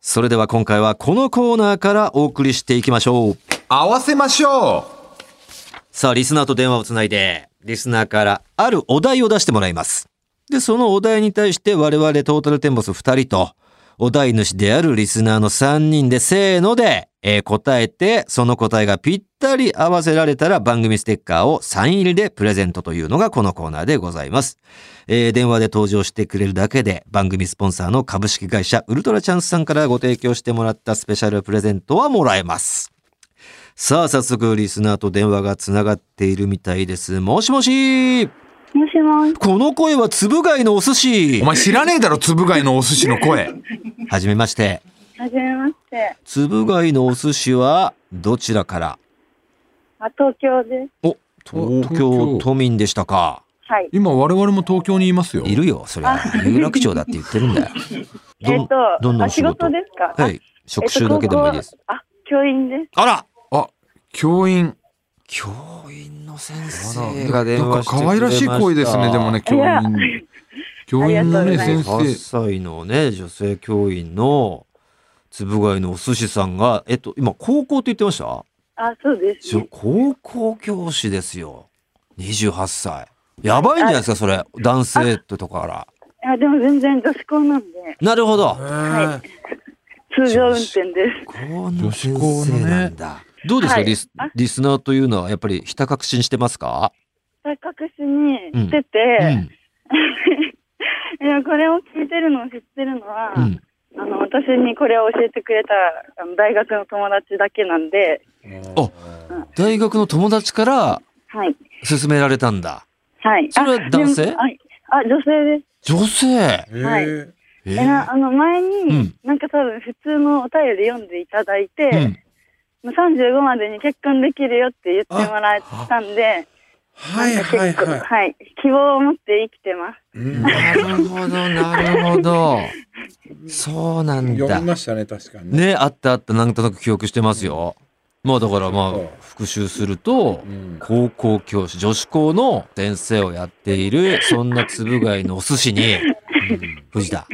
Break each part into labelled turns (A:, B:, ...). A: それでは今回はこのコーナーからお送りしていきましょう。
B: 合わせましょ
A: さあ、リスナーと電話をつないで、リスナーからあるお題を出してもらいます。で、そのお題に対して我々トータルテンボス2人と、お題主であるリスナーの3人でせーので、えー答えて、その答えがぴったり合わせられたら番組ステッカーをサイン入りでプレゼントというのがこのコーナーでございます。えー電話で登場してくれるだけで番組スポンサーの株式会社ウルトラチャンスさんからご提供してもらったスペシャルプレゼントはもらえます。さあ、早速、リスナーと電話がつながっているみたいです。もしもし
C: もしもし。
A: この声はつぶ貝のお寿司
B: うお前知らねえだろ、つぶ貝のお寿司の声。
A: はじめまして。
C: はじめまして。
A: つぶ貝のお寿司はどちらから
C: あ、東京です。
A: お、
B: お
A: 東京都民でしたか。
C: はい。
B: 今我々も東京にいますよ。
A: いるよ、そりゃ。有楽町だって言ってるんだよ。どん
C: えっと、
A: どんなお
C: あ
A: 仕
C: 仕
A: 事
C: 事ですか
A: はい。職種だけでもいいです。。
C: えっと高校あ、教員です。
A: あら
B: あ、教員。
A: 教員の先生
B: な
A: が
B: ん
A: 電
B: か
A: 話してくれました。
B: 可愛らしい声ですね、でもね、教
C: いや
B: 員。教員のね、
C: あり
B: 先
C: が
A: 8
B: 生。
A: 歳のね、女性教員のつぶ貝のお寿司さんが、えっと、今、高校って言ってました
C: あ、そうです、
A: ちょ
C: ね。
A: 高校教師ですよ。28歳。やばいんじゃないですか、それ。男性ってとこから。
C: あ、でも全然女子校なんで、
A: なるほど。
B: は
C: 通常運転です。
A: この先生なんだ。どうですか、
C: はい
A: リス
C: あ
A: リスナーというのはやっぱりひた確信してますか、
C: 大学しにしてて、いやこれを聞いてるのを知ってるのは、
A: うん。うん。
C: あの私にこれを教えてくれたあの大学の友達だけなんで、
A: 大学の友達から
C: はい。
A: 勧められたんだ。
C: はい。
A: それは
C: あ
A: 男性
C: でもはいあ、女性です。
A: 女性
B: い。
C: はい
B: え
A: えー
C: いや、あの前に、
A: うん
C: なんか多分普通のお便り読んでいただいて、
A: うん。
C: もう35までに結婚できるよって言ってもらったんで、
D: はいはい
C: なんか
D: は
C: 結構はい。希望を持って生きてます。
D: い。うん
A: なるほど、なるほど。そうなん
D: 読
A: だ
D: み。ましたね、確かに。
A: ね、あったあった、なんとなく記憶してますよ。まあだからまあ
D: そう、
A: 復習すると
D: う、ん。
A: 高校教師、女子校の先生をやっている、そんなつぶ貝のお寿司に、藤田、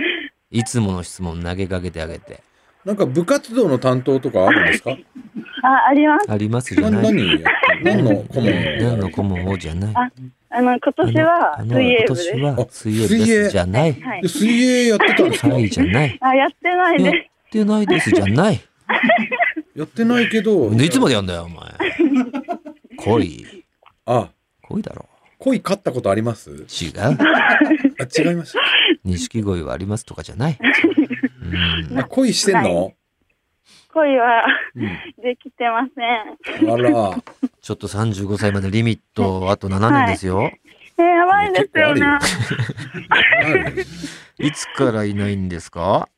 A: いつもの質問投げかけてあげて。
D: なんか部活動の担当とかあるんですか
C: あ、あります。
A: ありますじ
D: な
A: ゃない。
D: 何やって何の顧問
A: 何の顧問をじゃない。
C: ああの、今年は
A: あの
C: 水泳
A: 今
C: 部です
A: 年。は
D: あ
A: 水泳部ですじゃない。
C: はい
D: で。水泳やってたんですか
A: はい、じゃない。
C: あ、やってない
A: や
C: で
A: っ
C: す。
A: てないですじゃない。
D: やってないけど。
A: でいつまでやんだよ、お前。恋。
D: あ、
A: 恋だろ。
D: 恋勝ったことあります
A: 違う。
D: あ、違いまし
A: 錦鯉はありますとかじゃない。うん
D: た。あ、恋してんの
C: 恋は
D: うん。
C: できてませ
D: あら。
A: ちょっと35歳までリミット、あと7年ですよ。
C: ん。えやばいですよね。
A: いつからいないんですか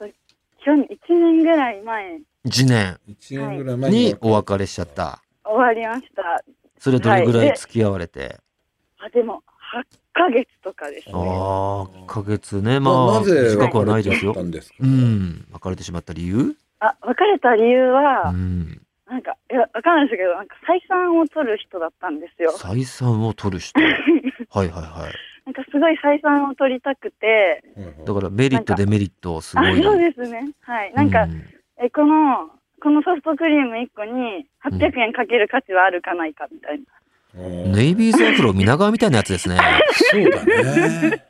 C: 去年1年ぐらい前、
A: 1年
D: 1年ぐらい前
A: に
D: に。
A: お別れしちゃった。
C: 終わりました。
A: それどれぐらい付き合われて。
C: あ、でも、8ヶ月とかです
A: ああ
C: ね。
A: ー、1ヶ月ね。まあ、
D: なぜ
A: 短くはないですよ
D: 別れちゃった。んですか
A: うん。別れてしまった理由
C: あ、別れた理由
A: う
C: は、
A: ん。
C: なんか、いや、わかんないですけど、なんか、採算を取る人だったんですよ。
A: 採算を取る人。はいはいはい。
C: なんか、すごい採算を取りたくて、
D: はいはい
A: だからメリット、
C: なんか
A: デメリットをす
C: あ
A: ごい。
C: そうですね。はい。なんか、
A: う
C: え、この、このソフトクリーム1個に800円かける価値はあるかないかみたいな。
D: あー
A: ネイビーズアフロ皆川みたいなやつですね。
D: そうだね。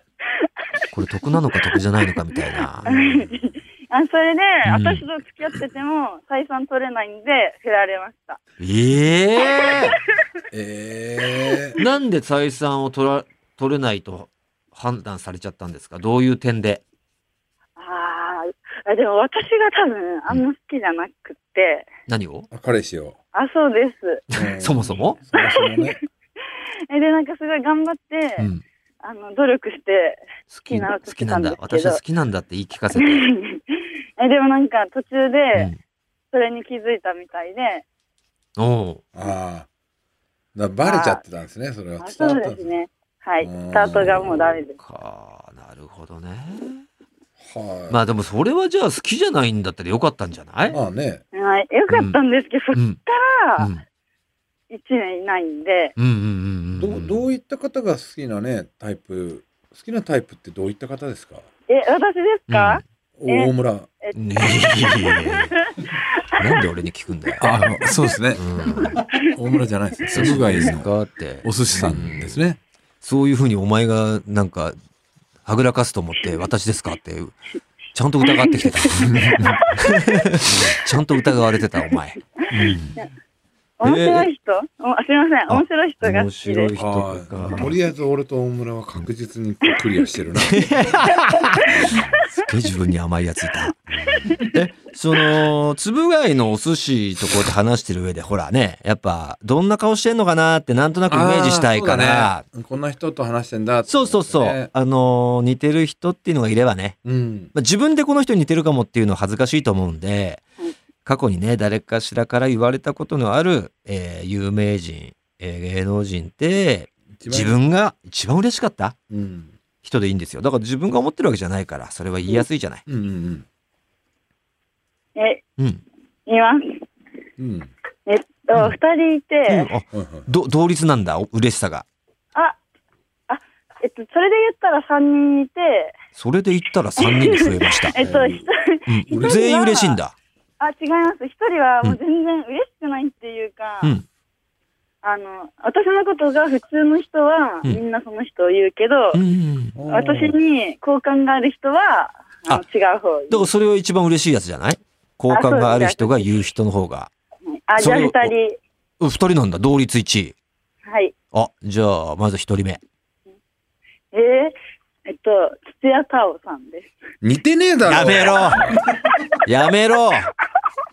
A: これ得なのか得じゃないのかみたいな。
C: あそれで、
A: ん
C: 私と付き合ってても採算取れないんで、振られました。
A: ええ
D: ええ。
A: なんで採算を取ら取れないと判断されちゃったんですかどういう点で
C: あーあ、でも私が多分、あんま好きじゃなくって、
A: 何を、
D: あ彼氏を。
C: あ、そうです。
D: うん
A: そもそも、
D: そもそもね。
C: え、で、なんかすごい頑張って、
A: うん、
C: あの、努力して、
A: 好き
C: 好きな
A: 好
C: の
A: きなんだ
C: 好きなんですけ
A: 私
C: ど
A: は好きなんだって言い聞かせて、うん
C: え、でもなんか途中で、それに気づいたみたいで、
A: おう
D: ああ。だからバレちゃってたんですね、それは。
C: あそうですね。はい。スタートがもうダメです。
A: かなるほどね
D: 伝わったんです。はい。
A: まあでもそれはじゃあ好きじゃないんだったらよかったんじゃない、
D: まあね。
C: はい。よかったんですけど、
A: うん、うん
C: そっから1年いないんで、
A: うんうんうん
D: どうどういった方が好きなねタイプ好きなタイプってどういった方ですか
C: え、私ですか、え
D: 大村。
A: いやいやいやなんで俺に聞くんだよ。
B: ああ、そうですね
A: う。ん。
B: 大村じゃないですね。すぐがいい
A: です
B: の。
A: かって。
B: お寿司さんですね。
A: そういうふうにお前がなんか、はぐらかすと思って、私ですかって、ちゃんと疑ってき てた。ちゃんと疑われてた、お前。
C: 面白い人、おすいません
A: あ
C: 面白い人が好
A: 面
C: き
A: 白
C: で
A: い
C: す
A: 人
D: ああ、と
A: が。
D: りあえず俺と大村は確実にクリアして るな。
A: すっげえ自分に甘いやついた。え、その、つぶ貝のお寿司とこうやって話してる上で、ほらね、やっぱ、どんな顔してんのかなってなんとなくイメージしたいから
D: あ、ーそうだねこんな人と話してんだって
A: そうそうそう。あのー、似てる人っていうのがいればね、
D: うん
A: まあ、自分でこの人に似てるかもっていうのは恥ずかしいと思うんで
C: はい、
A: 過去にね、誰かしらから言われたことのある、えー有名人、えー芸能人って、
D: 一番
A: 自分が一番嬉しかった
D: うん
A: 人でいいんですよ。だから自分が思ってるわけじゃないから、それは言いやすいじゃない。
D: うんうん
C: え
A: うん。
C: います
D: うんうん
C: えっ
A: うん
C: と二、人いて、
A: うんあ、
D: はいはい
A: ど同率なんだ、お嬉しさが。
C: ああえっとそれで言ったら三人いて
A: それで言ったら3人に増えました。
C: えっと
D: うん
C: 一人
A: うん
C: は
A: 全員嬉しいんだ。
C: あ違います一人はもう全然嬉しくないっていうか、
A: うん。
C: あの私のことが普通の人は
A: うん
C: みんなその人を言うけど、
A: うん。
D: おー
C: 私に好感がある人はあの
A: あ
C: 違う方を
A: だからそれは一番嬉しいやつじゃない好感がある人が言う人の方が。
C: 言うあじゃあ二
A: そ
C: 人
A: うん二人なんだ、同率1位。
C: はい
A: あ、じゃあ、まず一人目。
C: えー、えっと土屋太鳳さんです
D: 似てねえだろ
A: やめろやめろ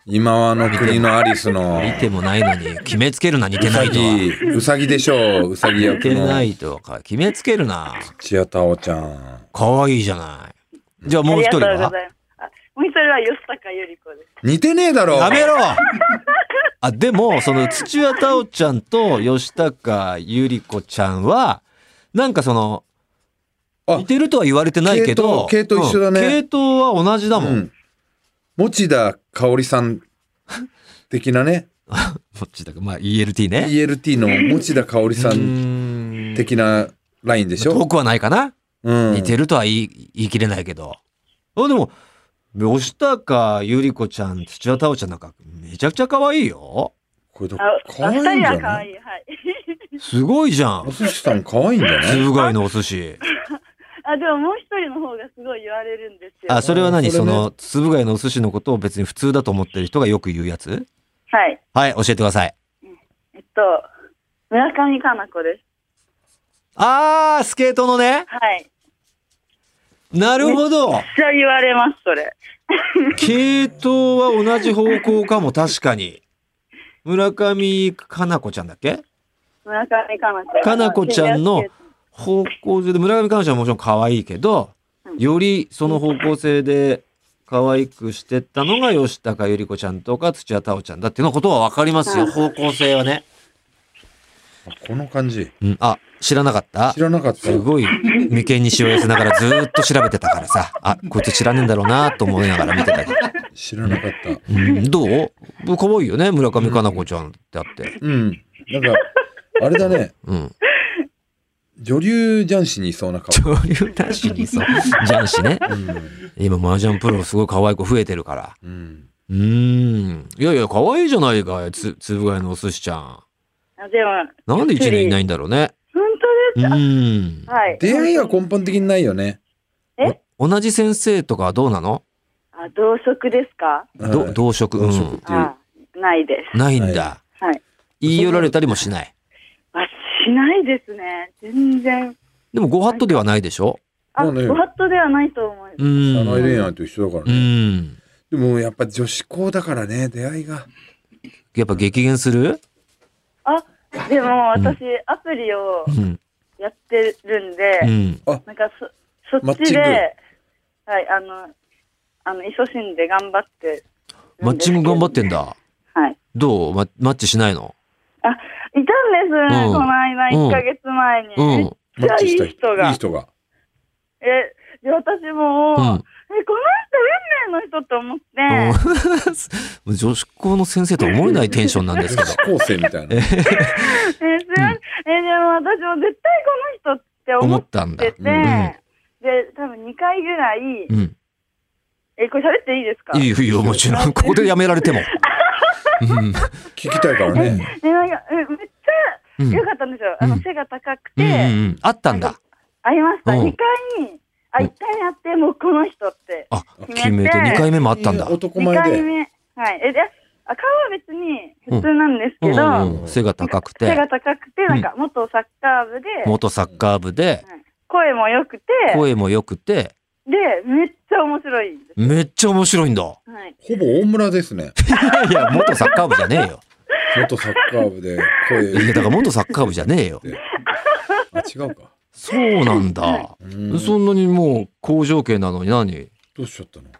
D: 今はあの国のアリスの
A: 見てもないのに、決めつけるな、似て
D: う
A: な
D: さ
A: いと
D: ぎ
A: は。
D: うさぎでしょううさぎ
A: 似
D: 役
A: てな
D: の
A: いとか、決めつけるな。
D: 千代太鳳ちゃん
A: 可愛いじゃない。じゃあもう一人
C: ありがとうご
A: は
C: ざいますあもう一人は吉高由里子です
D: 似てねえだろ
A: やめろあ、でも、その、土屋太鳳ちゃんと吉高由里子ちゃんは、なんかその、
D: あ
A: 似てるとは言われてないけど、
D: 系統系統一緒だね
A: うん系統は同じだも。
D: うんん持田香織さん的なね
A: どっちだか、まあ ELT ね。
D: ELT の持田香織さ
A: うんーん
D: 的なラインでし
A: 遠
D: ょ
A: くはないかな
D: うん
A: 似てるとは言い言い切れないけど。あでも、吉高由里子ちゃん、土屋太鳳ちゃんなんか、めちゃくちゃ可愛いよ。
D: これだ
C: あ
D: 可
C: あ
D: 愛い
C: 二
D: んじ
C: 人
D: ゃ
C: は可
D: ない
C: 愛いはい
A: すごいじゃ
D: お
A: ん。
D: 寿司さん可愛いんじゃない
A: つぶ貝のお寿司。
C: あでももう一人の方がすごい言われるんですよ
A: あ、それは何
D: そ
A: そ
D: れね
A: の、つぶ貝のお寿司のことを別に普通だと思ってる人がよく言うやつ
C: はい
A: はい、教えてください。
C: えっと村上佳菜子です
A: あー、スケートのね。
C: はい
A: なるほど。
C: じゃあ言われますそれ
A: 系統は同じ方向かも、確かに。村上かな子ちゃんだっけ
C: 村上佳菜子
A: 佳菜子ちゃんの方向性で村上彼女はもちろん可愛いけど、
C: うん
A: よりその方向性で可愛くしてったのが吉高由里子ちゃんとか土屋太鳳ちゃんだっていうのことは分かりますよ、
C: うん
A: 方向性はね、
D: この感じ
A: うん、あ知らなかった
D: 知らなかった
A: すごい眉間にしわ寄せながらずーっと調べてたからさあこいつ知らねえんだろうなと思いながら見てたけど、
D: 知らなかった
A: うん、どう可愛いよね村上佳菜子ちゃんってあって
D: うんなんかあれだね
A: うん
D: 女流雀士にいそうな顔
A: 女流男子にそうジャンシね
D: うん
A: 今麻雀プロすごい可愛い子増えてるから
D: うん
A: うーん。いやいや、可愛いじゃないかい、つ、つぶがいのお寿司ちゃん。
C: あでも
A: なんで一年いないんだろうね。
C: 本
A: うーん
C: 当で。はい
D: 出会いは根本的にないよね
A: 同じ先生とかはどうなの
C: あ同色ですか
A: ど、同職、う
D: 同職っ
A: ん。
D: ていう
C: あないです
A: ないんだ。
C: はい
A: 言い寄られたりもしない。
C: あしないですね全然
A: でも、ご法度ではないでしょ
C: あ
D: もうね
C: ご法度ではないと思います
A: うー
D: あ
A: ん。
D: のエレ
A: う
D: ン愛と一緒だからね
A: ーん。
D: でもやっぱ女子校だからね出会いが
A: やっぱ激減する
C: あでも私、アプリを
A: うん。
C: やってるんで、
A: うん。
C: なんかそそ
D: マ
C: っ
D: ッチ
C: ち
D: ン
C: で、
D: グ
C: はい、あの、あの、勤しんで頑張って。
A: マッチング頑張っててんだ。
C: はい。
A: どうママッチしないの
C: いたんです、
A: うん
C: この間、
A: うん
C: 1ヶ月前に。
A: うん。
C: めっちゃいい
D: マッチした
C: 人が。
D: いい人が
C: え、で、私も、
A: うん。
C: え、この人運命の人って思って、
A: うん女子校の先生とは思えないテンションなんですけ
D: 女
A: ど
D: 子。高生みたいな
C: え、すいませんえ、でも私も絶対この人って
A: 思
C: 思っ
A: ったんだ
C: て。て、
A: うん。
C: で、多分2回ぐらい、
A: うん。
C: ええ、これ喋っていいですか
A: いいよいいよ、もちろん。ここでやめられても。
B: うん
D: 聞きたいからね。
C: えなんかえめっ
A: うん
C: ちゃ良かったんですよ。あ
A: う
C: の
A: ん
C: 背が高く
A: うんうんう
C: て、
A: ん。あったんだ。
C: ありました。
A: うん
C: 2回に、あ、1回目あって、もうこの人って。
A: あ、
C: 決
A: 決めて、
C: めて
A: 2回目もあったんだ。
D: 男
C: 2
D: 前
C: 回
D: で。
C: 目。はい。え、で、あ顔は別に普通なんですけど、
A: うんうんうん背が高く
C: 背
A: て、
C: が高くて、なんか元サッカー部で、
A: 元サッカー部で、
C: 声も良くて、
A: 声も良くて、
C: で、めっちゃ面白いんで
A: めっちゃ面白いんだ。い
C: す。はい。
D: ほぼ大村ですね。
A: やいや、元サッカー部じゃねえよ。
D: 元サッカー部で
A: いや、
D: 声。
A: だから元サッカー部じゃねえよ。
D: あ、違うか。
A: そうなんだ。
D: うん
A: そんなにもう好条件なのに何
D: どうしちゃったの
A: な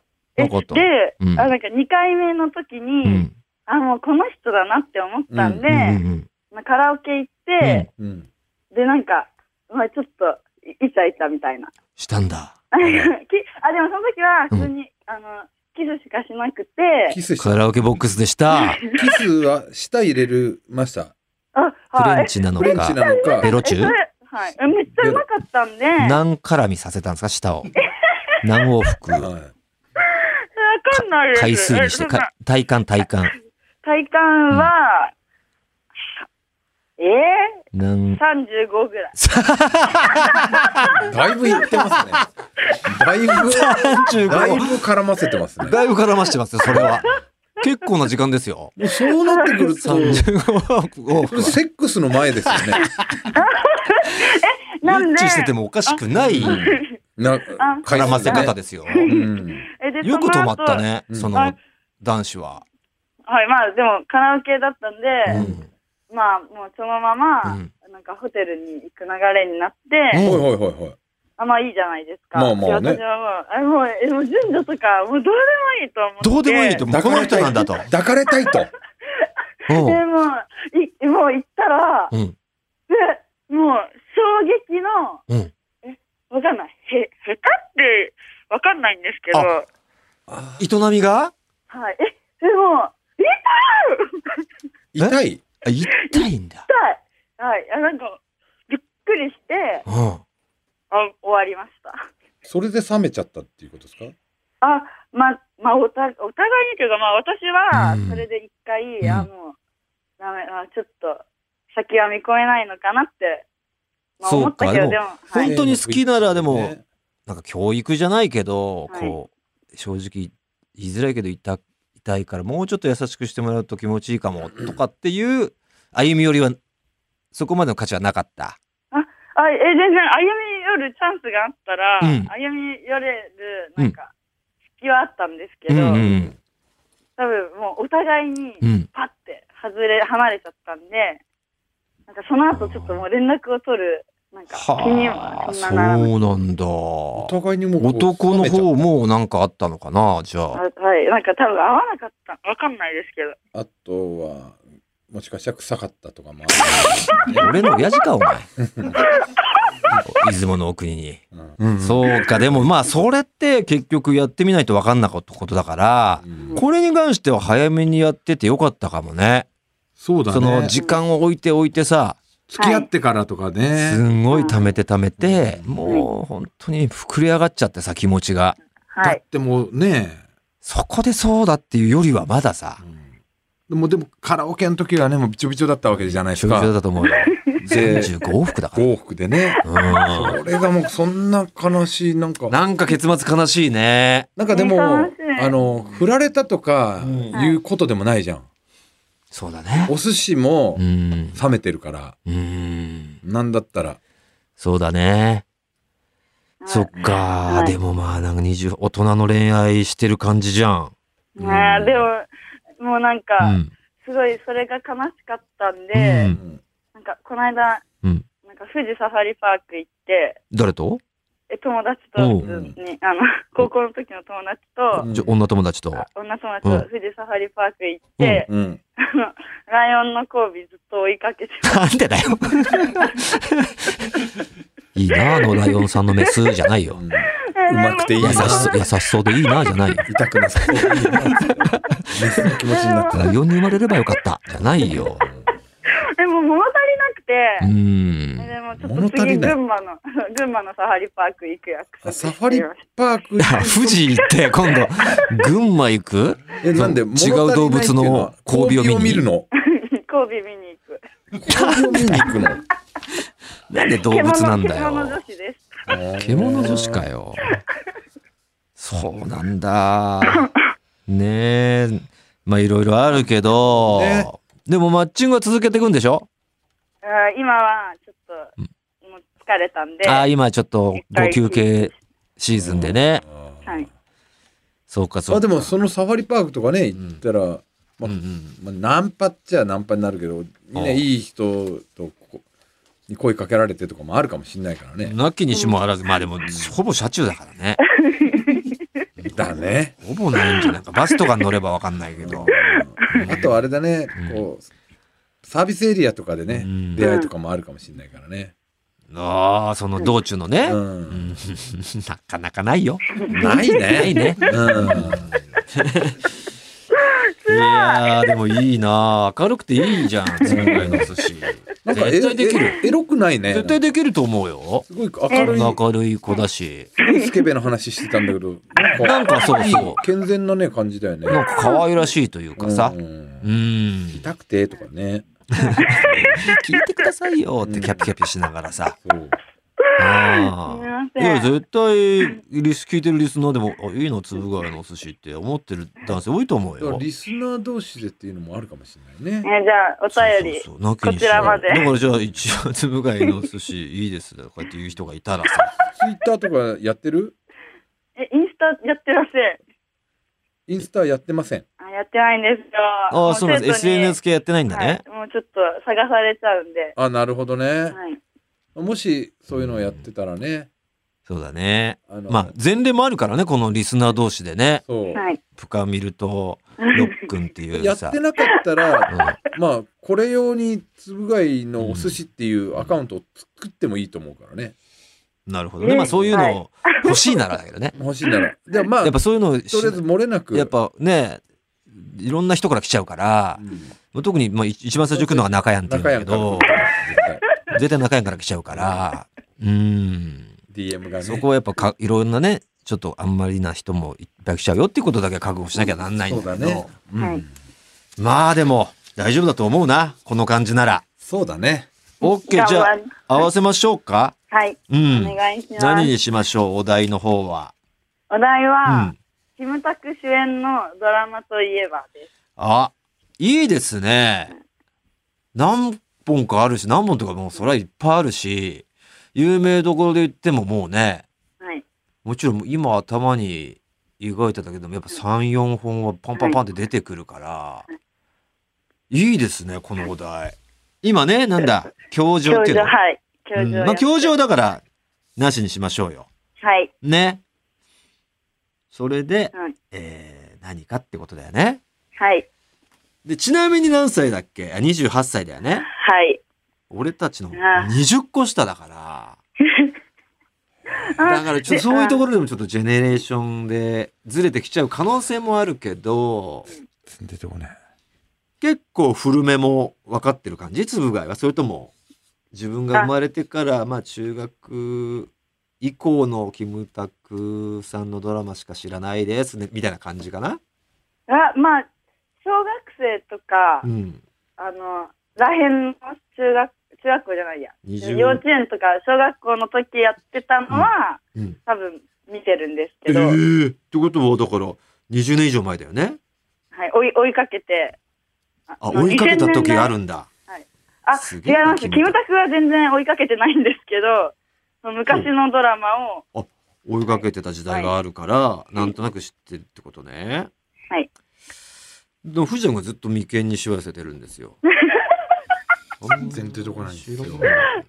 A: かったの
C: で、
A: うん
C: あ、なんか2回目の時に、
A: うん。
C: あ、もうこの人だなって思ったんで、
A: うんうん
C: まあカラオケ行っ
A: うん。うん
C: て、
D: うん。
C: で、なんか、まあちょっと、いイチャイチャみたいな。
A: したんだ。
C: きあ、でもその時は、普通に、あの、キスしかしなくて、
D: キスし
A: カ
D: た。
A: ラオケボックスでした。
D: キスは舌入れるました。
C: あ、
A: フ
C: は
A: レン
C: い。
A: チなの
D: フレン
A: か、
D: チなのか
A: ペ。ロチュ
C: えそれはい。えめっちゃうまかったんで、わ
A: 何絡みさせたんですか、舌 を。何往復、
D: は
C: かんないです。
A: 回数にして、
C: えそんな
A: か体感、体感。
C: 体感は、え
A: 何
C: ー、35ぐらい。
D: い。だいぶ言ってますね。だいぶ、だいぶ絡ませてますね。
A: だいぶ絡ましてますよ、それ は。結構な時間ですよ。
D: もうそうなってくると、そ
A: 35往復
D: れ
A: は。
D: セックスの前ですよね。
C: なん
A: うん
C: で
A: ちしててもおかしくない
D: な
C: あ
A: 絡ませ方
D: で。
A: ですよ。
D: うん。
C: えで
A: よく止まっ
C: その
A: た
C: 後
A: ね、
D: うん
A: そ
C: は
A: の
C: い
A: 男子は。
C: はい、まあでもカラオケだったん
A: う
C: で、
A: ん
C: まあもうそのまま、
A: うん
C: なんかホテルに行く流れになっ
A: う
C: て、
A: ん
D: はいはいはいはい。
C: あまあいいじゃないですか。
D: まあまあね
C: で私はもう、えもう、えもう順序とか、もうどうでもいいと思って。
A: どうでもいいと、もうこの人なんだと。
D: 抱かれたいと。
A: うん
C: でもう、い、もう行ったら、
A: うん
C: で、もう衝撃の、
A: うん
C: え、わかんない。へ、下手って、わかんないんですけど、
A: あ
C: は
A: 営みが
C: い。え、でも、痛い
D: 痛い。
A: あ痛いんだ。
C: 痛いはい。あなんか、びっくりして、
A: うん
C: あ終わりました。
D: それで冷めちゃったっていうことですか
C: あ、まあ、まあ、おた、お互いにというか、まあ、私は
A: うん、
C: それで一回、
A: うん
C: あ、もう、ダメ、あ、ちょっと、先は見越えないのかなって、まあ、
A: そうか
C: 思ったけど、
A: で
C: で
A: も
C: も、は
A: 本
C: い。
A: 当に好きならでも
D: ね
A: なんか教育じゃないけど、
C: はい
A: こう、正直言いづらいけど痛痛いからもうちょっと優しくしてもらうと気持ちいいかもとかっていう歩み寄りはそこまでの価値はなかった。
C: あ、え、全然、歩み寄るチャンスがあったら、
A: うん
C: 歩み寄れる、なんか、隙はあったんですけど、
A: うん
C: 多分、もう、お互いに
A: う、ん。
C: パって、外れ、離れちゃったんで、なんか、その後、ちょっともう連絡を取る、なんか、気に
A: は
C: は
A: あ、
C: そんなならなくて
A: そうなんだ。
D: お互いにもうこう
A: 男の方
D: 冷めち
A: もなんかあったのかなじゃあ。
C: あはい、なんか多分合わなかった。わかんないですけど。
D: ゃったあとは、もしかしたら臭かったとかもある、
A: 俺の親父か、お 前。出雲の奥に。
D: うん
B: うん
A: そうか、でもまあ、それって結局やってみないと分かんなかったことだから、
D: うん
A: これに関しては早めにやっててよかったかもね。
B: そうだ
A: その
B: ね。
A: 時間を置いておいてさ、
B: 付き合ってからとか
A: す
B: ね。
A: んごい溜めて溜めて、
D: うん
A: もう本当に膨れ上がっちゃってさ、気持ちが。
B: だ
C: は
B: っ
C: い。
B: てもうね。
A: そこでそうだっていうよりはまださ
B: う、んでもでもカラオケの時はね、もうびちょびちょだったわけじゃないで
A: 正
B: す
A: 常
B: か。
A: だと 思うよ。
D: で
A: 35往復だから。
D: 豪服でね。
A: う
D: 俺がもうそんな悲しい、なんか
A: ん。。なんか結末悲しいね。
D: なんかでも、
C: 悲しい
D: あの、振られたとか
A: うん
D: いうことでもないじゃん。
A: そうだね。
D: お寿司も
A: うん。
D: 冷めてるから、
A: うん。
D: なんだったら。
A: そうだね。そっか、
C: はい
A: でもまあなんか20大人の恋愛してる感じじゃん。
C: ねえ
D: うん
C: でも、もうなん
A: う
C: か、
A: ん。
C: すごいそれが悲しかったんで、
A: うん
D: うん
C: なんか、この間、
A: うん
C: なんか、富士サファリパーク行って、
A: 誰と？
C: え友達と普通に、あの、 高校の時の友達と、
A: じゃ女友達と。
C: あ女友達と富士サファリパーク行って、
D: うん。
C: あのライオンの交尾ずっと追いかけて、
A: なんでだよ。いいなあのライオンさんのメスじゃないよ
D: う。ん うまくていい
A: 優
D: な
A: し そう優しそうでいいなあじゃないよ。
D: 痛くなさそう。メスの気持ちになった。
A: ライオンに生まれればよかったじゃないよ。
C: でも物足りなくて
A: う、ん。
C: でもの、ちょっ
D: 物
C: と次、
D: 足りない
C: 群馬の、 群馬のサファリパーク行く約束
D: あ
C: して
D: サ
C: いま
D: ファリ
C: す
D: パーク
A: いや富士行って今度群馬行く
D: えなんで
A: 違う動物の交尾を見に
D: 交るの
C: 神戸見に行く。
D: 交尾を見に行くの
A: なんで動物なんだ
C: 獣獣女
A: よ
C: 子です。
A: 獣女子かよそうなんだねえまあいろいろあるけど、
D: ね
A: でもマッチングは続けていくんでしょ、
C: うん今は、ちょっと、もう疲れたんで。
A: ああ
C: はい。
A: 今ちょっとご休憩シーズンでね、そうかそう
D: あ
A: か
D: でもそのサファリパークとかね
A: ん
D: 行ったら、まあ
A: うんうん
D: まあ、ナンパっちゃナンパになるけどみん
A: ああ
D: ないい人とこに声かけられてとかもあるかもしれないからね。
A: なきにしもあらずまあでもほぼ車中だからね
D: だね。
A: ほぼないんじゃないかバスとか乗ればわかんないけど
D: あとあれだね、
A: うん
D: こうサービスエリアとかでね、
A: うん
D: 出会いとかもあるかもしれないからね。
A: ああその道中のね、
D: う、
A: うんん なかなかないよ。
D: ないね。
A: ない ね。
D: うん、
A: いやーでもいいな明るくていいじゃん前回のお寿司
D: なんかえ
A: 絶対できる
D: えエロくないね。
A: 絶対できると思うよ
D: すごい明るい、
A: 明るい子だし
D: すごいスケベの話してたんだけど、なんか
A: なんかそうそう
D: 健全なね感じだよね。
A: なんか可愛らしいというかさ
D: う
A: うんん
D: 痛くてとかね。
A: 聞いてくださいよってキャピキャピしながらさ
D: そう
A: あ
C: すみ
A: ー
C: ま
A: い
C: せん。
A: や絶対リス聞いてるリスナーでもあいいの粒貝のお寿司って思ってる男性多いと思う
D: だから
A: よ
D: リスナー同士でっていうのもあるかもしれないね。
C: えじゃあ、お便り。
A: そうそうそうなきにしも
C: こちらまで
A: だからじゃあ一応粒貝のお寿司いいですとかって言う人がいたらさ
D: ツイッターとかやってる
C: え、インスタやってらっしゃ
D: インスタやってません。
C: い。あ、やってないんですよ。
A: ああそうなんです
C: も生徒に
A: SNS 系やってないんだね
C: はい。もうちょっと探されちゃうんで。
D: あ、なるほどね。
C: はい。
D: もしそういうのをやってたらね。
A: そうだね
D: あの
A: まあ前例もあるからねこのリスナー同士でね
D: そう。
C: はい。
A: プカミルと ロックンってい
D: や
A: う
D: っ
A: さ
D: てなかったら、
A: う
D: まあこれ用につぶ貝のお寿司っていうアカウントを作ってもいいと思うからね。
A: んなるほどねまあそういうの欲しいならだけど ね
D: 欲しいなら。でまあ
A: やっぱそういうの
D: とりあえず漏れなく。
A: やっぱねいろんな人から来ちゃうから
D: うん
A: 特にまあ一番最初来るのが中山っていうん
D: 中
A: だけ
D: 山から
A: ど絶対中山から来ちゃう からうん
D: 来るから DM がね。
A: そこはやっぱかいろんなねちょっとあんまりな人もいっぱい来ちゃうよっていうことだけは覚悟しなきゃなんないんだけど
D: そうだね
A: うん
C: はい
A: まあでも大丈夫だと思うなこの感じなら。
D: そうだね。
A: オッケーじゃあ合わせましょうか。
C: はい。
A: う
C: お
A: ん。
C: 願いします。
A: 何にしましょうお題の方は。
C: お題
A: う
C: は
A: ん、。
C: キムタク主演のドラマといえばです。
A: あいいですね。何本かあるし何本とかもうそれはいっぱいあるし有名どころで言ってももうね
C: はい。
A: もちろん今頭に描いてたけどもやっぱ34本はパンパンパンって出てくるからいいですねこのお題。今ねなんだ教
C: 教
A: 授っていう
C: 授、
A: の。
C: はい。教
A: うん
C: 授をやっ
A: まあ
C: て。
A: 教授はだからなしにしましょうよ。
C: はい。
A: ね。それで、
C: はい
A: えー何かってことだよね。
C: はい。
A: で、ちなみに何歳だっけあ ?28 歳だよね。
C: はい。
A: 俺たちの
C: あ
A: 20個下だから。だからちょっ
C: で
A: とそういうところでもちょっとジェネレーションでずれてきちゃう可能性もあるけど、
D: 出てこない。
A: 結構古めも分かってる感じ粒貝は。それとも、自分が生まれてから、まあ中学以降のキムタクさんのドラマしか知らないですね、みたいな感じかな。
C: あ、まあ、小学生とか
A: う、ん。
C: あの、らへんの中学、中学校じゃないや。
A: 20
C: 幼稚園とか小学校の時やってたのは、
A: うん
C: 多分見てるんです
A: え
C: けど、
A: ーってことはだから20年以上前だよね。
C: はい、追い追いかけて。
A: あ追いかけた時があ。るんだ。
C: あ
A: す
C: 2000
A: げ
C: 年
A: え
C: 代あ、違いま
A: キ
C: す。
A: ムタク
C: キムタクは全然追いかけてないんですけど、その昔のドラマを、
A: 追いかけてた時代があるから、なんとなく知ってるってことね。
C: はい。
A: でも藤田君がずっと眉間にしわ寄せてるんです よ。
D: 全然出てこないんですよ
A: 知らない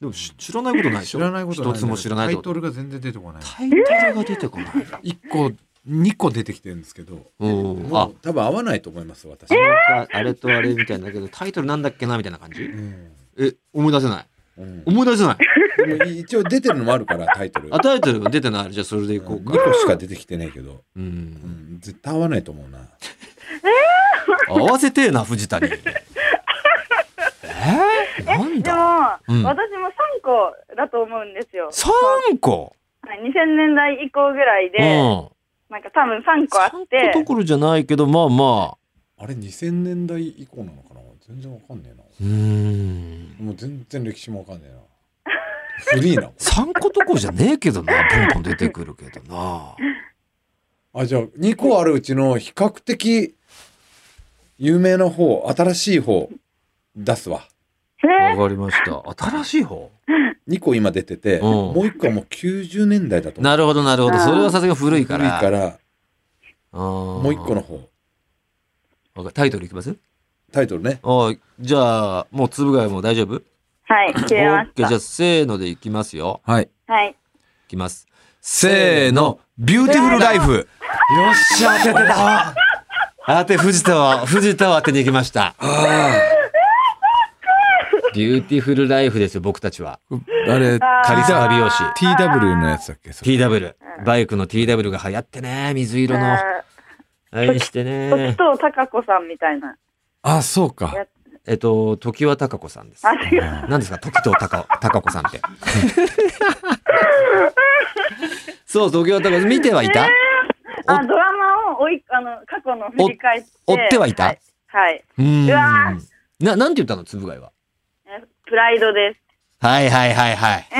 A: でもし知らないことないでしょ。
B: 知らないことないんだけど
A: 一つも知らない
B: タイ
A: と。
B: トルが全然出てこない
A: タイトルが出てこない。
B: 一個二個出てきてるんですけど
A: うん。あ
D: もう、多分合わないと思います私。
A: なんかあれとあれみたいなんだけどタイトルなんだっけなみたいな感じ。
D: うん
A: え思い出せない。
D: うん
A: 思い出せない。
D: でも一応出てるのもあるからタイトル。
A: あタイトルが出てないじゃあそれでいこう
D: 2
A: か。
D: 個しか出てきてないけど、
A: う、
D: うんん、絶対合わないと思うな。
A: 合わせてえな藤田に。えなん
C: で
A: だ
C: も、
A: うん
C: 私も3個だと思うんですよ。
A: 三個
C: はい2000年代以降ぐらいで、
A: うん。
C: なんか多分3個あっ
A: 3
C: て
A: 個、どころじゃないけど、まあまあ。
D: あれ2000年代以降なのかな全然わかんねえ
A: うーん。
D: なもう全然歴史もわかんねえなフリーな
A: 3個どころじゃねえけ どな。ポンポン出てくるけどな。
D: あじゃあ2個あるうちの比較的有名な方新しい方出すわ
A: わ
C: え
A: かりました。新しい方
D: 2個今出てて、
A: ん
D: もう1個はもう90年代だと思う
A: なるほど、なるほど。
C: あー
A: それはさすが古いから。
D: 古いから
A: も
D: もう1個の。方
A: わかタイトルいきます
D: タイトルね
A: あじゃあ、もうつぶがいもう大丈夫
C: はい、切れまし
A: じゃ
C: た。
A: あ、せーのでいきますよ。
B: はい。
C: はい。
A: いきます。せーの、ビューティフルライフ
B: よっしゃ、当ててた。
A: 当て、藤田は、 藤田を当てに行きました。ビューティフルライフですよ、僕たちは。
B: あれ、
A: カリスマ美容師。
B: TW のやつだっけそれ
A: TW。バイクの TW が流行ってね、水色の。愛して
C: 時
A: ね。
C: と高子さんみたいな。
B: あ、そうか。
A: えっと、時は高子さんです
C: あ、。違う。
A: 何ですか、時と高子高子さんって。 そう、時は高子、見てはいた
C: あ、ドラマを追い、あの、過去の振り返って。
A: 追ってはいた
C: はい。はい、
A: うーん。
C: うわ
A: な、なんて言ったの、つぶがいは。
C: えプライドです。
A: はいはいはいはい。
C: え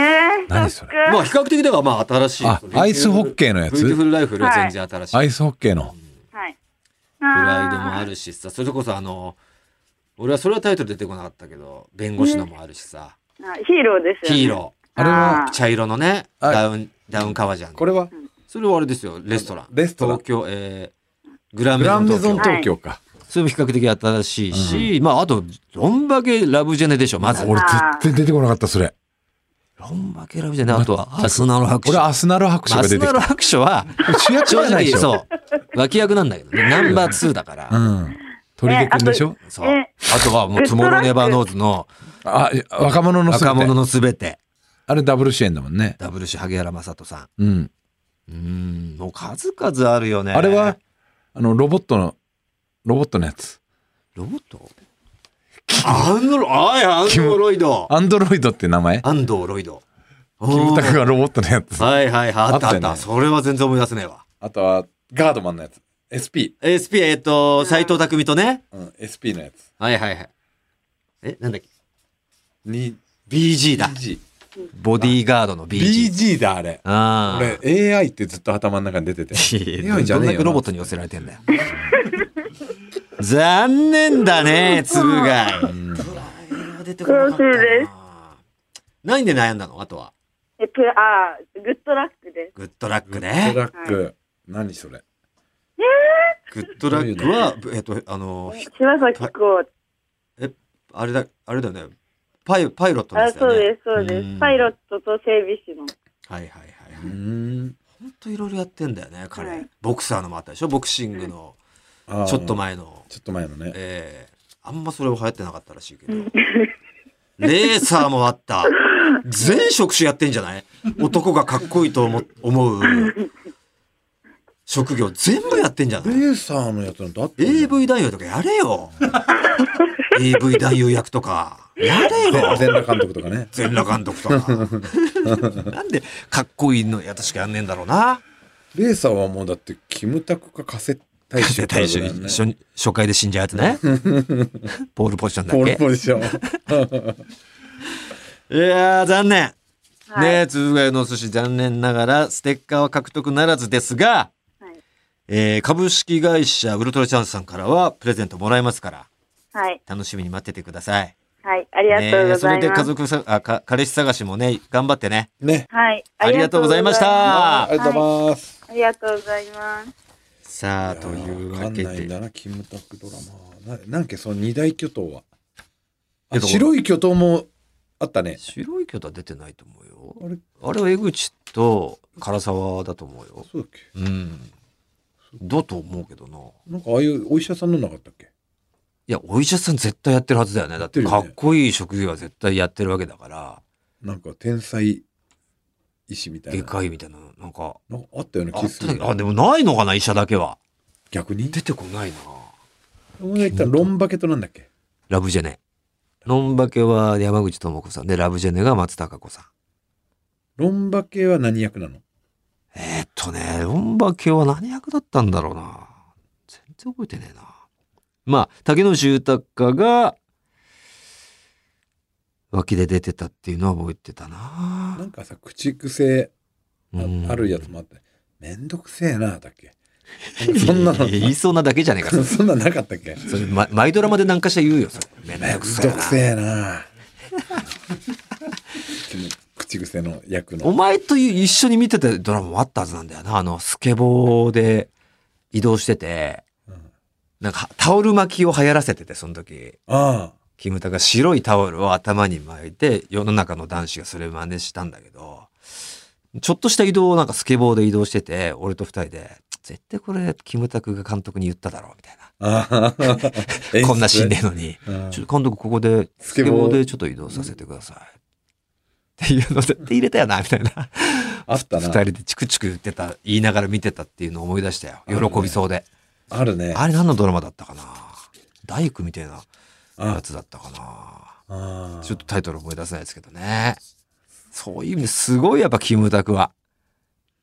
C: ー、
B: 何
C: そ
B: そ
C: っ
B: れ
A: まあ
C: か。
A: 比較的ではまあ新しい。
B: あ、アイスホッケーのや
A: ビューティ
B: つ
A: フルライフよりは全然新しい。
B: アイスホッケーの。
C: はい。
A: プライドもあ
C: る。
A: るしさ、それこそあの、俺はそれはタイトル出てこなかったけど、弁護士のもあるしさ、
C: あヒーローですよ、ね。
A: ヒーロ
B: あれは
C: あ
A: ー、茶色のね、
B: はい
A: ダウン、ダウン革ジャン。
D: これは
A: それはあれですよ、レストラン。
D: レストラン
A: 東京、えー、グラン
B: グ
A: メ
B: ラ
A: ゾン
B: ンメ
A: 東
B: ゾン
A: 京。
B: 東京か。
A: それも比較的新しいし、まああと、ロンバケラブジェネでしょ、まず。
B: 俺
A: ロ
C: あー
B: 絶対出てこなかった、それ。
A: ンバケラブジェネ、あとは、アスナロ白書。
B: 俺、アスナル白書
A: ア
B: が出
A: ス
B: て
A: ナ
B: き
A: ロ
B: た。
A: 白書は、
B: 主役じ
A: 正
B: ゃない
A: 直
B: でしょ。
A: そう脇役なんだけどねナンバー2だから、
B: うん。鳥出くんでしょ
A: そうあ
C: え
A: とはもう「トゥモローネバーノーズ」の
B: あ、若者のすべて。
A: 若者のすべて
B: あれダブル主演だもんね。
A: ダブル主萩原雅人さ
B: うん。
A: んうーんもう数々あるよね
B: あれは、あの、ロボットの、ロボットのやつ。
A: ロボットアンドロあいアンドロイド
B: アンドロイドって名前
A: アンドロイド
B: キムタク
A: お
B: がロボットのやつ
A: ー。はいはいはいあ
B: あ
A: ったあっ
B: った
A: た、
B: よね
A: それは全然思い出せねえわ
D: あとはガードマンのやつ SP、
A: SP えっと斎藤匠とね
D: うん、SP のやつ
A: はいはいはいえなんだっけ
D: に
A: BG だ
D: BG
A: ボディーガードの BG
D: BG だあれ
A: ああ
D: 俺 AI ってずっと頭の中に出てて
A: いや
D: やじゃ
A: どん
D: ねえ
A: だ
D: よ
A: けロボットに寄せられてんだよ。 残念だね、つぶがい。
C: 悔しいです。
A: 何で悩んだのあとは。
C: え、プラ、あー、グッドラックです。
A: グッドラック
D: ト
A: ね。
D: ラック何それ
A: グッドラックは、えっと、あの、ひ
C: 柴咲コウ。
A: あれだ、あれだよね。パイ、パイロットの
C: あ、
A: やつだ
C: そ
A: よ
C: う
A: ね。
C: です、そうで
A: ん
C: す。パイロットと整備士の。
A: はいはいは
D: う
A: い。
D: ーん
A: ほんといろいろやってんだよね、
C: は
A: 彼
C: い。
A: ボクサーのもあったでしょボクシングの、
D: あー
A: ちょっと前の。
D: ちょっと前のね
A: ええあんまそれは流行ってなかったらしいけど。レーサーもあった。全職種やってんじゃない男がかっこいいと思思う職業全部やってんじゃない
D: レーサーのやつなんてあったよ
A: ?AV 男優とかやれよ。AV 男優役とか。やれよ。
D: 全裸監督とかね
A: 全裸監督とか。なんでかっこいいのやつしかやんねえんだろう な。
D: レーサーはもうだってキムタクか加瀬大使
A: 大将
D: だよね
A: 一緒に初回で死んじゃうやつ ね。ポールポジションだ
D: ポ
A: っ
D: ー
A: け
D: ルポジション
A: いやー、残念。
C: はい
A: ねえ、つぶがいのお寿司残念ながら、ステッカーは獲得ならずですが、
C: はい
A: えー株式会社ウルトラチャンスさんからはプレゼントもらえますから、
C: はい、
A: 楽しみに待っててください。
C: はい、ありがとう
A: ね
C: ご
A: えそ
C: ざ
A: れ
C: い
A: で
C: ま
A: 家
C: す。
A: 族さ、あ、か、彼氏探しもね、頑張ってね。
D: ね
C: はい、
A: ありがとうございました
D: あ
A: あ
D: りがとうございます
C: ありがとうございます。
A: さあ、と
D: いやー
A: いう
D: わか
A: わ
D: ん
A: け
D: ないん
A: で。
D: だなキムタクドラマななんかその二大巨頭はあ
A: えっと
D: 白い巨頭もあったね
A: 白い巨頭は出てないと思うよ。
D: あれ
A: あれは江口と唐沢だと思うよ。
D: そうだっけ
A: うん。だと思うけどな。
D: なんかああいうお医者さんのなかったっけ
A: いや、お医者さん絶対やってるはずだよね。だって、
D: やって
A: か
D: るよね
A: っこいい職業は絶対やってるわけだから、
D: なんか天才医師みたい
A: 外
D: な
A: 科医みたいな、なんか、
D: なんかあったよね
A: あ
D: キ
A: った
D: ス
A: ねあ、でもないのかな、医者だけは。
D: 逆に
A: 出てこないな。
D: お前が言ったらロンバケとなんだっけ
A: ラブジェネ。ロンバケは山口智子さんで、ラブジェネが松たか子さん。
D: ロンバケは何役なの
A: えーっとね、ロンバケは何役だったんだろうな。全然覚えてねえな。まあ、竹野内豊が、脇で出てたっていうのは覚えてたな。
D: なんかさ、口癖あ
A: うん
D: あるやつもあって、めんどくせえな、だっ け。そんなの、
A: 言いそうなだけじゃねえか。
D: そんなのなかったっけ
A: それ、ま、マイドラマで何かしら言うよ、それ。めん
D: め
A: ど
D: ん
A: く
D: どく
A: さいな。
D: せえな。 君口癖の役
A: お
D: の。
A: 前と一緒に見てたドラマもあったはずなんだよな。あの、スケボーで移動してて、
D: うん
A: なんかタオル巻きを流行らせてて、その時。
D: ああ、
A: キムタが白いタオルを頭に巻いて、世の中の男子がそれを真似したんだけど、ちょっとした移動をなんかスケボーで移動してて、俺と二人で、絶対これ、キムタクが監督に言っただろう、みたいな。
D: ああ、
A: こんな死んで
D: 演
A: えのに。
D: 出うん
A: ちょっと監督ここでス
D: ス
A: ケ
D: ケ
A: ボ
D: ボー
A: ーでちょっと移動させてください。っていうの絶対入れたよな、みたいな。
D: あった
A: 二
D: な。
A: 人でチクチク言ってた、言いながら見てたっていうのを思い出したよ。
D: あるね
A: 喜びそうで。
D: あるね。
A: あれ何のドラマだったかな大工みたいなや
D: あ
A: つだったかな
D: あ
A: ちょっとタイトル思い出せないですけどね。そういう意味ですごいやっぱキムタクは。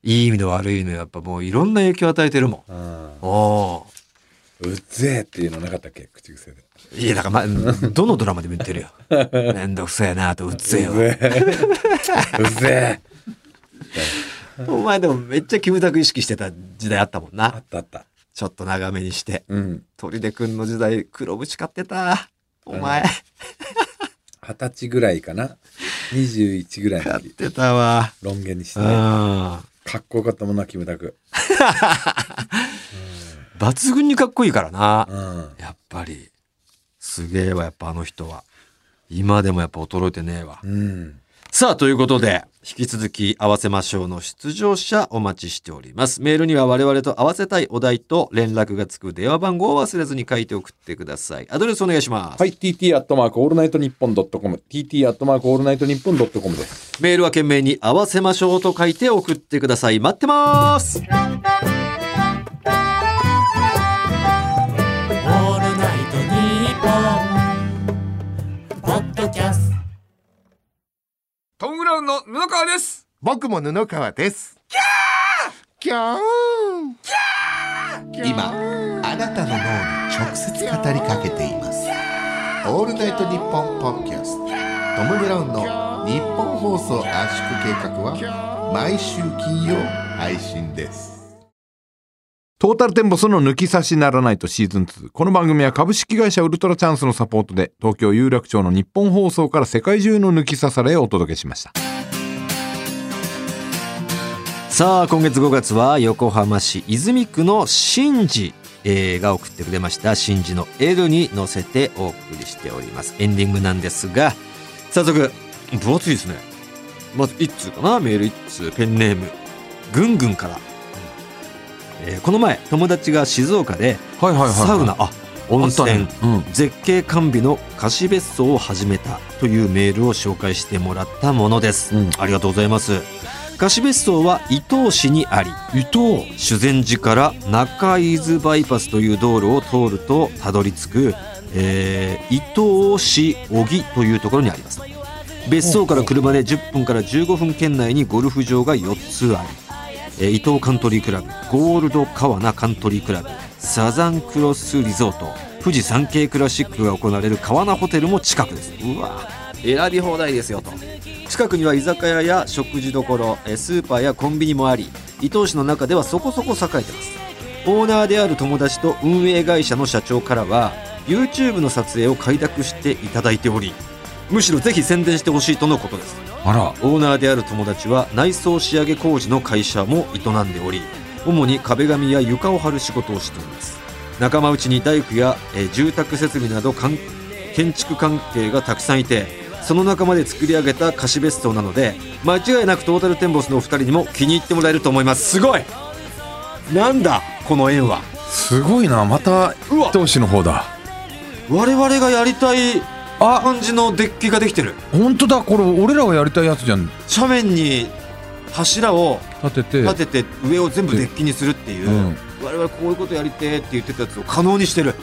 A: いい意味で悪い意味でやっぱもういろんな影響を与えてるも
D: あ
A: ん。おー
D: うぜえっていうのなかったっけ口癖で。
A: いや、だから、ま、どのドラマでも言ってる よ。めんどくせえなと、うっ
D: う
A: ぜえ
D: ぜ
A: よ。
D: え。うぜえ。
A: お前でもめっちゃキムタク意識してた時代あったもん
D: あ
A: な
D: っ。たあった。
A: ちょっと長めにして。
D: うん。
A: 鳥出くんの時代、黒縁買ってた。お前、
D: 二十歳ぐらいかな。21ぐらいの
A: 買っ
D: 時。
A: てたわ。
D: ロン毛にして
A: うん。
D: ね。
A: 抜
D: かっこよかったもんな、キムタク。
A: 群にかっこいいからな
D: う。ん。
A: やっぱり。すげえわ、やっぱあの人は。今でもやっぱ衰えてねえわ
D: う。ん。
A: さあ、ということで、引き続き合わせましょうの出場者お待ちしております。メールには我々と合わせたいお題と連絡がつく電話番号を忘れずに書いて送ってください。アドレスお願いします。
D: はい、tt アットマークオールナイトニッポンドットコム。tt アットマークオールナイトニッポンドットコムです。
A: メールは懸命に合わせましょうと書いて送ってください。待ってます。
E: オールナイトニッポン」ポッドキャスト
F: トム・ブラウンの布川です
G: 僕も布川です。キャーキャー
H: 今あなたの脳に直接語りかけていますオールナイトニッポンポッドキャストトム・ブラウンの日本放送圧縮計画は毎週金曜配信です
B: トータルテンボスの抜き差しならないとシーズン2。この番組は株式会社ウルトラチャンスのサポートで東京有楽町の日本放送から世界中の抜き差されをお届けしました。
A: さあ今月5月は横浜市泉区の新次えーが送ってくれました新次の L に乗せてお送りしておりますエンディングなんですが早速分厚いですねまず1通かなメール1通ペンネームぐんぐんから、えーこの前友達が静岡で
B: はいはいはい、
A: サウナ、あ温泉、
B: うん。
A: 絶景完備の貸別荘を始めたというメールを紹介してもらったものです、
D: うん
A: ありがとうございます貸別荘は伊東市にあり
B: 伊藤。
A: 修善寺から中伊豆バイパスという道路を通るとたどり着く、えー伊東市小木というところにあります別荘から車で10分から15分圏内にゴルフ場が4つありえー伊東カントリークラブゴールド川名カントリークラブサザンクロスリゾート富士山系クラシックが行われる川名ホテルも近くですうわ選び放題ですよと近くには居酒屋や食事処えースーパーやコンビニもあり伊東市の中ではそこそこ栄えてますオーナーである友達と運営会社の社長からは YouTube の撮影を快諾していただいておりむしろぜひ宣伝してほしいとのことです
B: あら。
A: オーナーである友達は内装仕上げ工事の会社も営んでおり主に壁紙や床を張る仕事をしています仲間内に大工や、えー住宅設備など関建築関係がたくさんいてその仲間で作り上げた貸別荘なので間違いなくトータルテンボスのお二人にも気に入ってもらえると思いますすごいなんだこの縁は
B: すごいな。また
A: うわ
B: 伊藤氏の方だ。
A: 我々がやりたい
B: あ、
A: 感じのデッキができてる
B: 本当だ。これ俺らがやりたいやつじゃん。
A: 斜面に柱を
B: 立てて。
A: 立てて上を全部デッキにするっていう、
B: うん
A: 我々こういうことやりてーって言ってたやつを可能にしてる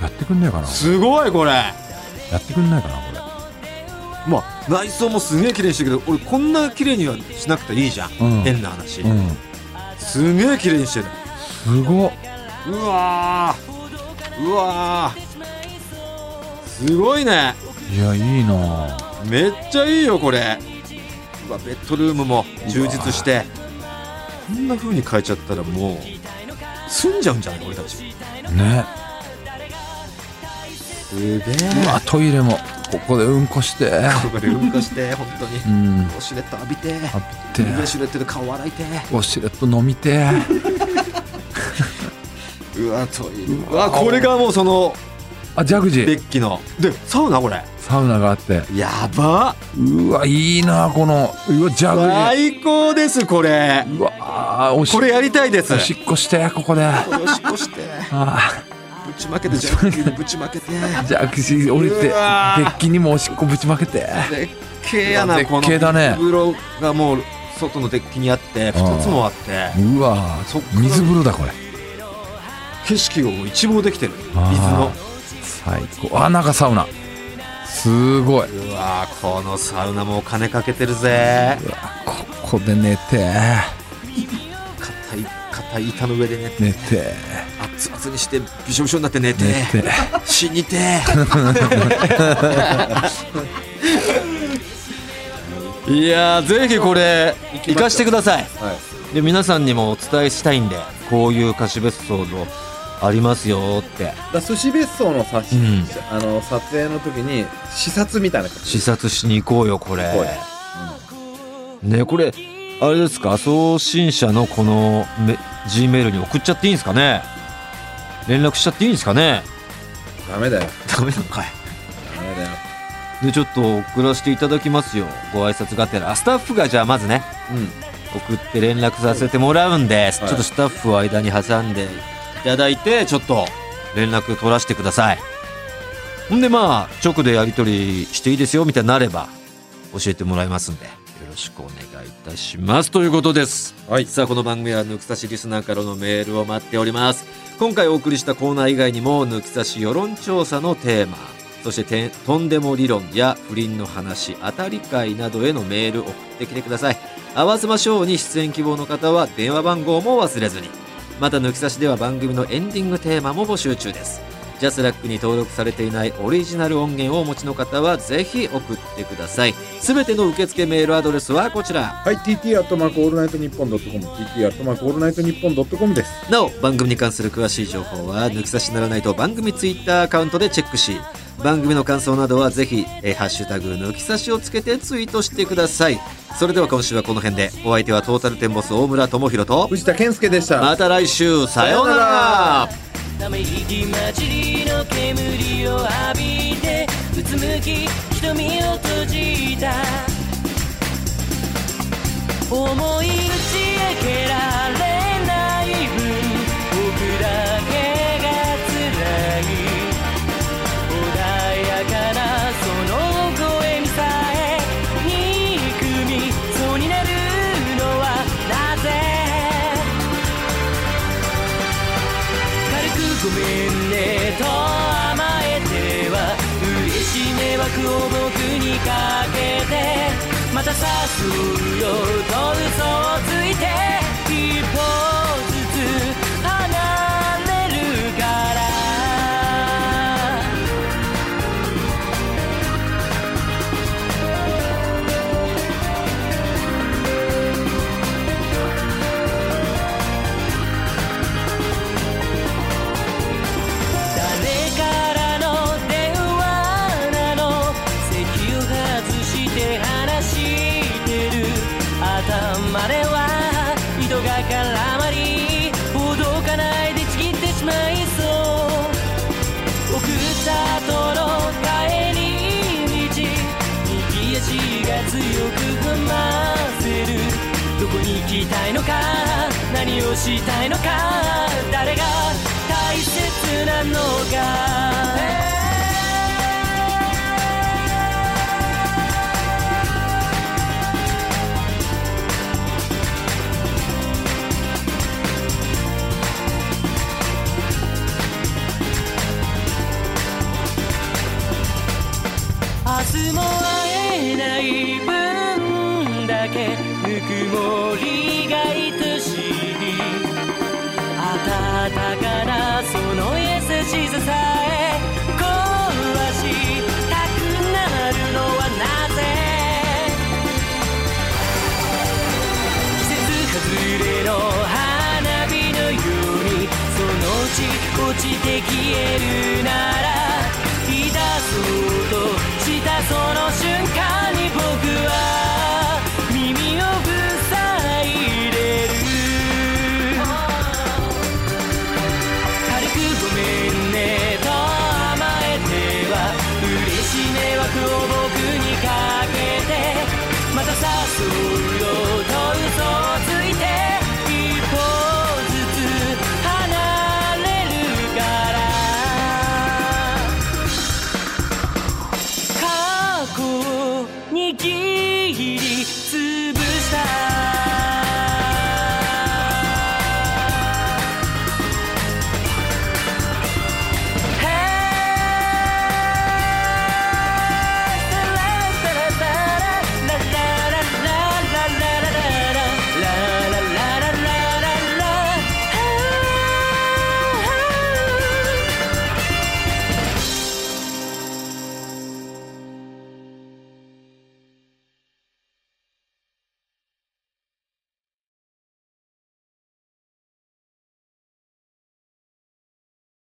B: やってくんねえかな。
A: すごいこれ
D: やってくんないかなこれ
A: まあ内装もすげえ綺麗にしてるけど俺こんな綺麗にはしなくていいじゃん、
D: うん
A: 変な話、
D: うん
A: すげえ綺麗にしてる
D: すごっ
A: うわーうわーすごいね
D: いやいいなあ
A: めっちゃいいよこれうわベッドルームも充実してこんな風に変えちゃったらもう住んじゃうんじゃない俺たち
D: ね
A: すげえ
D: うわトイレもここでうんこして
A: ここで運動して本当に
D: うん
A: ウォシュレット浴びて
D: 浴
A: ウ
D: びて
A: ォシュレットで顔洗いて
D: ウォシュレット飲みて
A: うわトイレうわこれがもうその
D: あジャグジ
A: デ
D: ー
A: ッキのでサウナこれ
D: サウナがあって
A: やば
D: うわいいなあこのうわジャグジー
A: 最高ですこれ
D: うわあおし
A: これやりたいです
D: おしっこしてここであ
A: これおしっこして
D: あ
A: ぶちまけてジャッキーにぶちまけて
D: ジャグジー降りてデ
A: うわ
D: ッキにもおしっこぶちまけて
A: 絶景やな
D: 絶
A: この
D: 景だね
A: 水風呂がもう外のデッキにあって2つもあって
D: うわ
A: そっから
D: 水風呂だこれ
A: 景色をもう一望できてる水の
D: あ最高あなんかサウナすごいう
A: わこのサウナもお金かけてるぜ
D: うわここで寝て
A: 硬い硬い板の上で寝て
D: 寝て
A: 熱々にしてびしょびしょになって寝て
D: 寝て
A: 死にてえ いやーぜひこれ生かしてください、で皆さんにもお伝えしたいんでこういう貸別荘のありますよって
D: だ寿司別荘の差し、
A: うん
D: あの撮影の時に視察みたいな
A: 視察しに行こうよこれ
D: こうよ
A: ねこれあれですか送信者のこのめ G メールに送っちゃっていいんですかね連絡しちゃっていいんですかね
D: ダメだよ
A: ダメなのかい
D: ダメだよ
A: でちょっと送らせていただきますよご挨拶がてらあスタッフがじゃあまずね送って連絡させてもらうんです、
D: はい
A: ちょっとスタッフを間に挟んでいただいてちょっと連絡取らせてくださいほんでまあ直でやり取りしていいですよみたいになれば教えてもらいますんでよろしくお願いいたしますということです、
D: はい
A: さあこの番組は抜き差しリスナーからのメールを待っております今回お送りしたコーナー以外にも抜き差し世論調査のテーマそしててとんでも理論や不倫の話当たり会などへのメール送ってきてください合わせましょうに出演希望の方は電話番号も忘れずにまた抜き差しでは番組のエンディングテーマも募集中ですジャスラックに登録されていないオリジナル音源をお持ちの方はぜひ送ってくださいすべての受付メールアドレスはこちら
D: はい TT アットマークオールナイトニッポンドットコム TT アットマークオールナイトニッポンドットコムです
A: なお番組に関する詳しい情報は抜き差しならないと番組ツイッターアカウントでチェックし番組の感想などはぜひえー「ハッシュタグ抜き差し」をつけてツイートしてくださいそれでは今週はこの辺でお相手はトータルテンボス大村智広と
D: 藤田健介でした
A: また来週さような
D: さような
A: ら
E: ため息混じりの煙を浴びてうつむき瞳を閉じた思い打ち明けられない分僕だけが辛い穏やかなその声にさえ憎みそうになるのはなぜ軽くごめんねと甘えては嬉しい迷惑を僕にかけてまた誘うよと嘘をついて一歩ずつ離れるから誰からの電話なの席を外して話してる頭では糸が絡まり届かないでちぎってしまいそう送った後の帰り道右足が強く踏ませるどこに行きたいのか何をしたいのか誰が大切なのかつも会えない分だけぬくもりが愛しい温かなその優しささえ壊したくなるのはなぜ季節外れの花火のようにそのうち落ちて消えるなら